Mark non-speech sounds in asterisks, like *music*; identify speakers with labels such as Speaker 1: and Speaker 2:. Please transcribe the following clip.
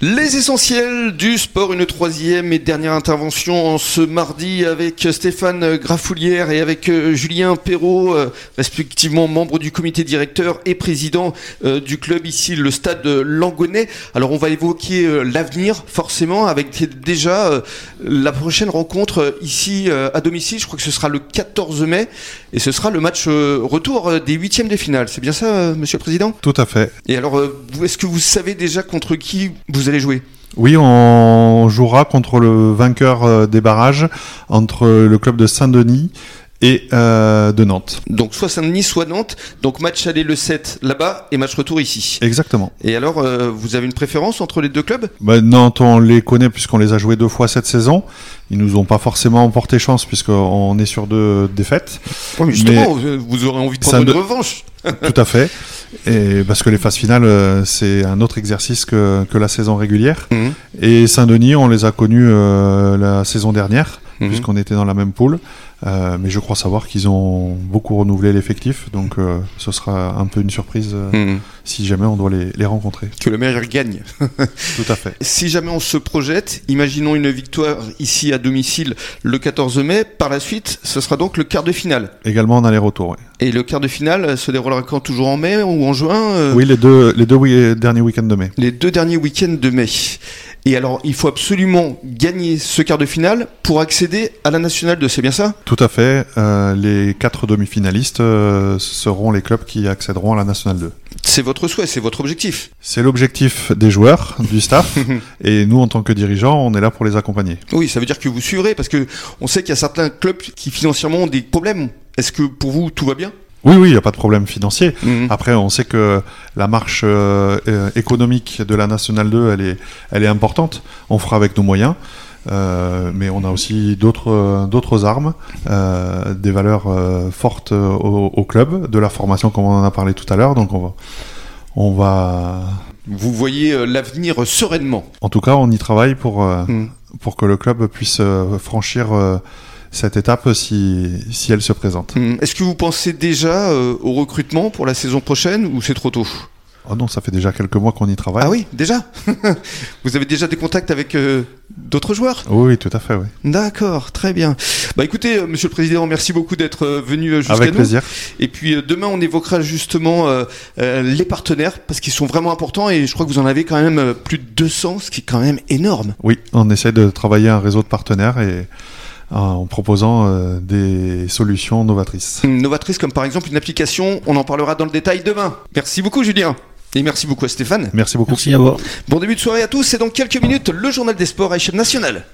Speaker 1: Les essentiels du sport, une troisième et dernière intervention en ce mardi avec Stéphane Grafoulière et avec euh, Julien Perrault, euh, respectivement membre du comité directeur et président euh, du club ici, le stade Langonnet. Alors on va évoquer euh, l'avenir forcément avec déjà euh, la prochaine rencontre euh, ici à domicile, je crois que ce sera le 14 mai et ce sera le match euh, retour des huitièmes de finale. C'est bien ça, euh, Monsieur le Président
Speaker 2: Tout à fait.
Speaker 1: Et alors, est-ce que vous savez déjà contre qui vous allez jouer
Speaker 2: Oui, on jouera contre le vainqueur euh, des barrages, entre le club de Saint-Denis et euh, de Nantes.
Speaker 1: Donc soit Saint-Denis, soit Nantes. Donc match aller le 7 là-bas et match retour ici.
Speaker 2: Exactement.
Speaker 1: Et alors, euh, vous avez une préférence entre les deux clubs
Speaker 2: bah, Nantes, on les connaît puisqu'on les a joués deux fois cette saison. Ils nous ont pas forcément emporté chance puisqu'on est sur deux défaites.
Speaker 1: Ouais, mais justement, mais vous aurez envie de prendre une revanche.
Speaker 2: Tout à fait. Et parce que les phases finales, euh, c'est un autre exercice que, que la saison régulière. Mmh. Et Saint-Denis, on les a connus euh, la saison dernière,
Speaker 1: Mhm.
Speaker 2: mmh. puisqu'on était dans la même poule. Euh, mais je crois savoir qu'ils ont beaucoup renouvelé l'effectif, donc euh, ce sera un peu une surprise
Speaker 1: Mhm.
Speaker 2: euh, mmh. si jamais on doit les, les, rencontrer.
Speaker 1: Que le meilleur gagne.
Speaker 2: Tout à fait.
Speaker 1: Si jamais on se projette, imaginons une victoire ici à domicile le 14 mai. Par la suite, ce sera donc le quart de finale.
Speaker 2: Également en aller-retour, oui.
Speaker 1: Et le quart de finale euh, se déroulera quand Toujours en mai ou en juin euh,
Speaker 2: Oui, les deux, les deux oui, derniers week-ends de mai.
Speaker 1: Les deux derniers week-ends de mai. Et alors, il faut absolument gagner ce quart de finale pour accéder à la nationale 2, c'est bien ça
Speaker 2: Tout à fait. Euh, les quatre demi-finalistes euh, seront les clubs qui accéderont à la nationale 2.
Speaker 1: C'est votre souhait, c'est votre objectif.
Speaker 2: C'est l'objectif des joueurs, du staff, et nous en tant que dirigeants, on est là pour les accompagner.
Speaker 1: Oui, ça veut dire que vous suivrez, parce que on sait qu'il y a certains clubs qui financièrement ont des problèmes. Est-ce que pour vous tout va bien Ah.
Speaker 2: oui, oui, il n'y a pas de problème financier. Mmh. Après, on sait que la marche euh, économique de la Nationale 2, elle est, elle est importante. On fera avec nos moyens. Euh, mais on a aussi d'autres d'autres armes, euh, des valeurs fortes euh, au, au, club, de la formation comme on en a parlé tout à l'heure. Donc on va, on va.
Speaker 1: Vous voyez euh, l'avenir sereinement.
Speaker 2: En tout cas, on y travaille pour
Speaker 1: Mm.
Speaker 2: mmh. pour que le club puisse euh, franchir cette étape si, si, elle se présente.
Speaker 1: Mmh. Est-ce que vous pensez déjà euh, au recrutement pour la saison prochaine ou c'est trop tôt
Speaker 2: Oh non, ça fait déjà quelques mois qu'on y travaille.
Speaker 1: Ah oui, déjà *laughs* Vous avez déjà des contacts avec euh, d'autres joueurs
Speaker 2: oui, oui, tout à fait, oui.
Speaker 1: D'accord, très bien. Bah écoutez, euh, monsieur le président, merci beaucoup d'être euh, venu jusqu'à nous.
Speaker 2: Avec plaisir.
Speaker 1: Et puis euh, demain, on évoquera justement euh, les partenaires parce qu'ils sont vraiment importants et je crois que vous en avez quand même euh, plus de 200, ce qui est quand même énorme.
Speaker 2: Oui, on essaie de travailler un réseau de partenaires et en proposant euh, des solutions novatrices.
Speaker 1: Novatrices comme par exemple une application, on en parlera dans le détail demain. Merci beaucoup Julien. Et merci beaucoup à Stéphane.
Speaker 2: Merci beaucoup.
Speaker 3: Merci à vous.
Speaker 1: Bon début de soirée à tous. C'est dans quelques minutes le journal des sports à échelle nationale.